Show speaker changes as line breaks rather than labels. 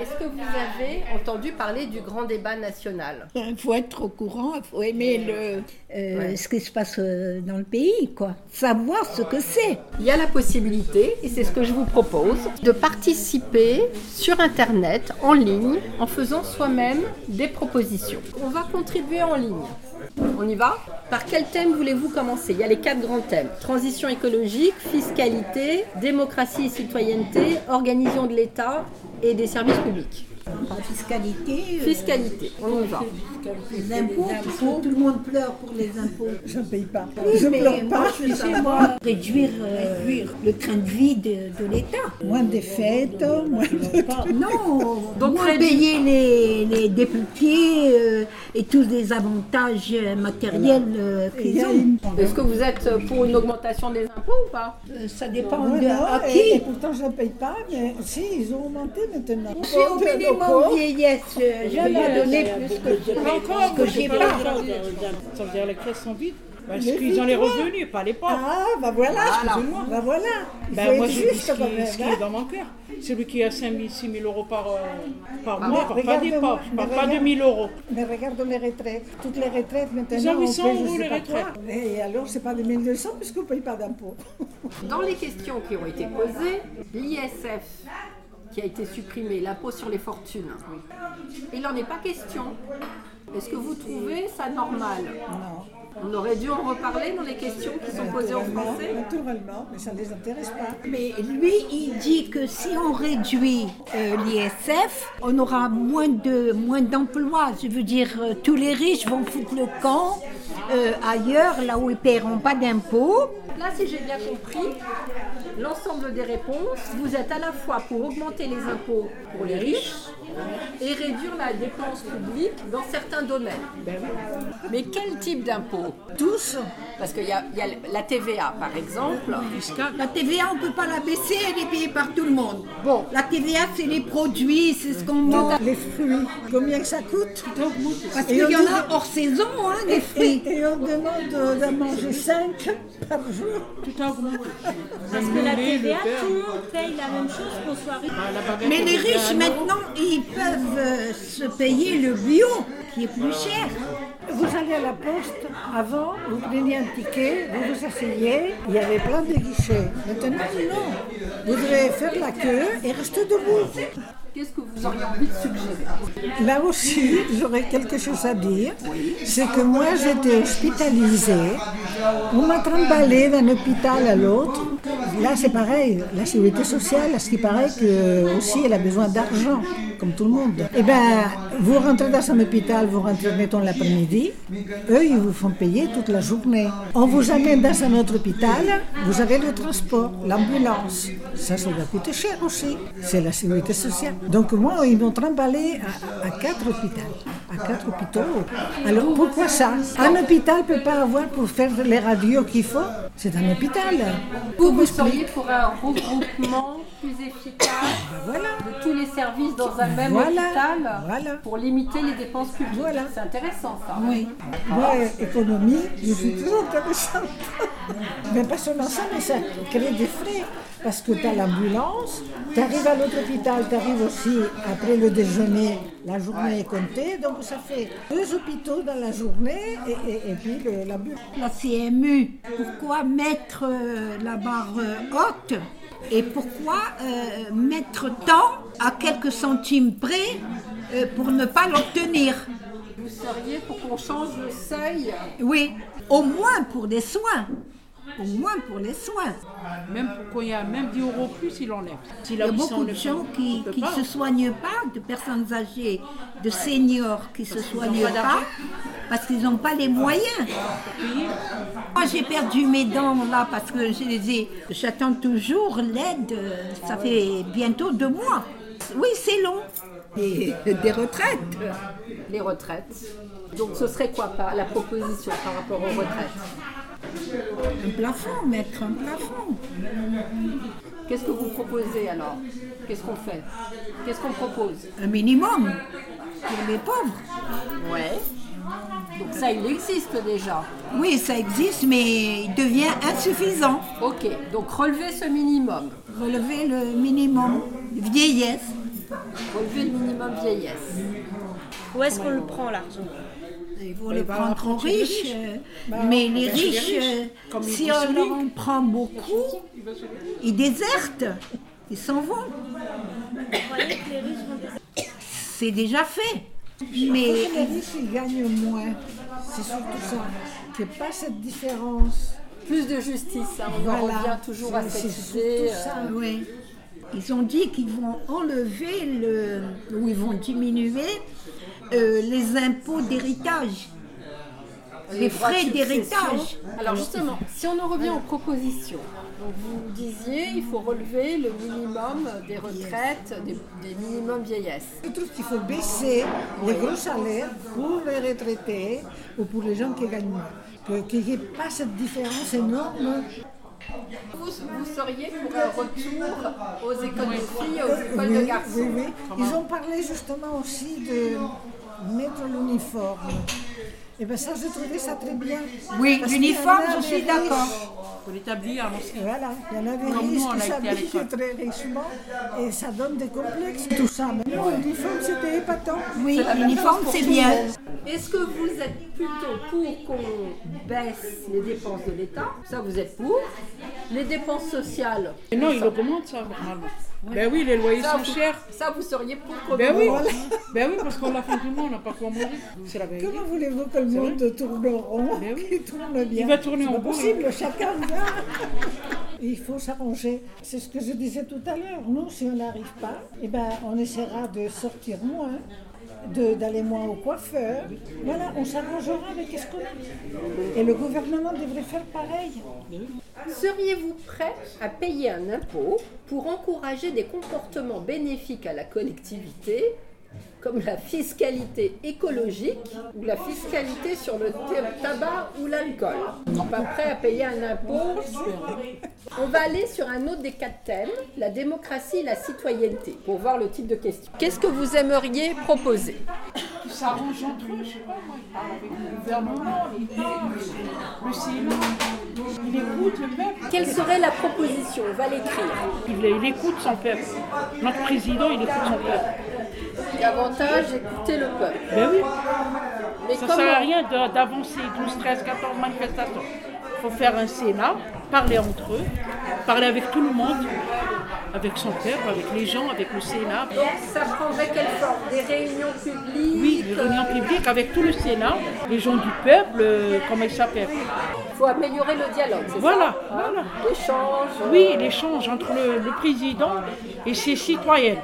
Est-ce que vous avez entendu parler du grand débat national
Il faut être au courant, il faut aimer le,
euh, ce qui se passe euh, dans le pays, quoi. Savoir ce que c'est.
Il y a la possibilité, et c'est ce que je vous propose, de participer sur Internet, en ligne, en faisant soi-même des propositions. On va contribuer en ligne. On y va Par quel thème voulez-vous commencer Il y a les quatre grands thèmes. Transition écologique, fiscalité, démocratie et citoyenneté, organisation de l'État et des services publics.
La fiscalité, euh,
Fiscalité, on y va.
les impôts, parce que tout le monde pleure pour les impôts.
Je ne paye pas.
Oui,
je
mais
pleure
moi,
pas.
je suis moi. Réduire, euh, le train de vie de, de l'État.
Moins des fêtes, moins de...
Non,
Donc,
Donc,
réduire-
payer les, les députés euh, et tous les avantages euh, matériels euh,
Il
qu'ils
y a
ont.
une-
Est-ce que vous êtes pour une augmentation des impôts ou pas
Euh, Ça dépend
Ouais,
de,
non,
à
et-
qui.
et, pourtant je ne paye pas, mais si, ils ont augmenté maintenant.
Je suis au minimum vieillesse, je vais donner plus que ce que j'ai pas.
Ça veut dire les caisses sont vides. Parce
Mais
qu'ils ont les
dis-toi.
revenus, pas les pauvres.
Ah, bah voilà,
Excuse-moi.
bah voilà. Il
Ben,
faut
moi,
être
je dis
juste
ce
quand
qui, ce qui
même.
est
hein.
dans mon cœur. Celui qui a 5 000, 6 000 euros par, euh, par mois,
mais
par pas des
regarde-moi,
pauvres, par
mais
pas de
regarde.
1 000 euros.
Mais regarde les retraites. Toutes les retraites maintenant.
Ils ont
on
800
paye, je
euros,
sais
les
pas quoi.
retraites.
Et alors, c'est pas des 1200 puisque vous ne payez pas d'impôts.
Dans les questions qui ont été posées, l'ISF qui a été supprimé, l'impôt sur les fortunes, il n'en est pas question. Est-ce que vous trouvez ça normal
Non.
On aurait dû en reparler dans les questions qui sont posées
Ah,
en
Naturellement,
français.
Naturellement, mais ça ne les intéresse pas.
Mais lui, il dit que si on réduit euh, l'ISF, on aura moins de moins d'emplois. Je veux dire, euh, tous les riches vont foutre le camp euh, ailleurs, là où ils paieront pas d'impôts.
Là, si j'ai bien compris, l'ensemble des réponses, vous êtes à la fois pour augmenter les impôts pour les riches et réduire la dépense publique dans certains domaines. Ben Mais quel type d'impôt Tous Parce qu'il y, a- il y a la TVA, par exemple.
La TVA, on peut pas la baisser, elle est payée par tout le monde. Bon, la TVA, c'est les produits, c'est ce qu'on mange.
Les fruits, combien que ça coûte
Parce
Et
qu'il y
on
en
dit-
a hors saison, hein, les fruits.
Et, et on demande euh, d'en manger 5 par jour.
Tout a augmenté.
Parce que la TVA, tout le monde paye la même chose qu'on soit riche.
Mais les riches maintenant, ils peuvent euh, se payer le bio, qui est plus cher.
Vous allez à la poste, avant, vous preniez un ticket, vous vous asseyez, il y avait plein de guichets. Maintenant, non. Vous devez faire la queue et rester debout.
Qu'est-ce que vous auriez envie de suggérer
Là aussi, j'aurais quelque chose à dire. C'est que moi, j'étais hospitalisée. On m'a trimballée d'un hôpital à l'autre. Là, c'est pareil. La sécurité sociale, à ce qui paraît, que, euh, aussi, elle a besoin d'argent, comme tout le monde. Eh bien, vous rentrez dans un hôpital, vous rentrez, mettons, l'après-midi. Eux, ils vous font payer toute la journée. On vous amène dans un autre hôpital, vous avez le transport, l'ambulance. Ça, ça doit coûter cher aussi. C'est la sécurité sociale. Donc moi, ils m'ont trimballé à, à quatre hôpitaux. À quatre hôpitaux. Alors pourquoi ça Un hôpital peut pas avoir pour faire les radios qu'il faut. C'est un hôpital.
Vous, vous seriez pour un regroupement plus efficace
Voilà.
de tous les services dans un même
Voilà,
hôpital
voilà.
pour limiter les dépenses publiques.
Voilà.
C'est intéressant ça.
Moi, économie, je suis toujours intéressante. Mais pas seulement ça, mais ça crée des frais. Parce que tu as l'ambulance, tu arrives à l'autre hôpital, tu arrives aussi après le déjeuner, la journée est comptée. Donc ça fait deux hôpitaux dans la journée et, et- et puis le- l'ambulance.
La CMU, pourquoi mettre euh, la barre euh, haute et pourquoi euh, mettre tant à quelques centimes près euh, pour ne pas l'obtenir
Vous seriez pour qu'on change le seuil
Oui, au moins pour des soins. Au moins pour les soins.
Même quand il y a même 10 euros plus, ils l'enlèvent.
Il y a beaucoup de gens qui ne se soignent pas, de personnes âgées, de seniors qui se soignent
pas d'argent.
pas parce qu'ils n'ont pas les moyens. Moi j'ai perdu mes dents là parce que je les ai- j'attends toujours l'aide, euh, ça fait bientôt deux mois. Oui, c'est long. Et des retraites.
les retraites. Donc ce serait quoi par- la proposition par rapport aux retraites
Un plafond, mettre un plafond.
Qu'est-ce que vous proposez alors Qu'est-ce qu'on fait Qu'est-ce qu'on propose
Un minimum pour les pauvres.
Ouais. Donc ça, il existe déjà.
Oui, ça existe, mais il devient insuffisant.
Ok, donc relever ce minimum.
Relever le minimum. Vieillesse.
relever le minimum vieillesse.
Où est-ce qu'on le prend l'argent
Ils vont
bah,
les prendre trop riches, euh, mais les riches, euh, si on leur en prend beaucoup, ils désertent, ils s'en vont.
Vous croyez que les riches vont descendre
C'est déjà fait. Mais
Les riches, ils gagnent moins. C'est surtout ça. Qu'il n'y ait pas cette différence.
Plus de justice, hein, on en
Voilà.
revient toujours à
C'est-
cette
c'est
idée.
surtout ça.
euh,
Oui. Ils ont dit qu'ils vont enlever le, ou ils vont diminuer euh, les impôts d'héritage. Les
droits de
frais
succession.
d'héritage.
Alors justement, si on en revient aux propositions, donc vous disiez il faut relever le minimum des retraites, des, des minimums vieillesse.
Je trouve qu'il faut baisser les gros salaires pour les retraités ou pour les gens qui gagnent moins. Que- Qu'il n'y ait pas cette différence énorme.
Vous, vous seriez pour un retour aux écoles de filles,
Euh,
aux écoles
oui,
de garçons.
oui, oui. Ils ont parlé justement aussi de mettre l'uniforme. Et bien ça, j'ai trouvé ça très bien.
Oui,
Parce
l'uniforme,
qu'il y en a
je suis
des
d'accord.
Pour l'établir, on
Et Voilà, il y en a des
Comme nous,
riches
on
qui
a été à
s'habillent
l'école.
très richement et ça donne des complexes, tout ça. Mais non, l'uniforme, c'était épatant.
Oui,
la même
l'uniforme,
chose pour
c'est
tout
bien.
le monde. Est-ce que vous êtes plutôt pour qu'on baisse les dépenses de l'État Ça, vous êtes pour. Les dépenses sociales
Mais non, il augmente ça, normalement. Ben oui, les loyers
ça,
sont
vous,
chers.
ça, vous seriez pour qu'on
Ben oui,
Voilà.
ben oui, parce qu'on la fin du mois, on n'a pas quoi manger. C'est la vérité.
Comment voulez-vous que le monde tourne en rond,
Mais oui.
qu'il tourne bien
Il va tourner
C'est
en hein.
pas
bourre,
possible, chacun va. Il faut s'arranger. C'est ce que je disais tout à l'heure. Nous, si on n'arrive pas, eh ben, on essaiera de sortir moins, de- d'aller moins au coiffeur. Voilà, on s'arrangera avec ce qu'on a. Et le gouvernement devrait faire pareil.
Seriez-vous prêt à payer un impôt pour encourager des comportements bénéfiques à la collectivité comme la fiscalité écologique ou la fiscalité sur le t- tabac ou l'alcool. Pas prêt à payer un impôt. On va aller sur un autre des quatre thèmes, la démocratie et la citoyenneté, pour voir le type de question. Qu'est-ce que vous aimeriez proposer
Ils s'arrangent entre eux, je sais pas moi. Ils parlent avec le gouvernement, ils parlent, le CNA. Il écoute le peuple.
Quelle serait la proposition On va l'écrire.
Il, il écoute son peuple. Notre président, il écoute son peuple.
Davantage, écouter le peuple.
Ben oui.
Mais
Ça ne sert à
comment
rien de- d'avancer 12, 13, 14 manifestations. Il faut faire un Sénat, parler entre eux, parler avec tout le monde, avec son peuple, avec les gens, avec le Sénat.
Donc, ça prendrait quelle forme Des réunions publiques
Oui, les réunions publiques avec tout le Sénat, les gens du peuple, euh, comment ils s'appellent.
Il faut améliorer le dialogue, c'est
Voilà,
ça
voilà.
L'échange.
Oui, l'échange entre le, le président et ses citoyens.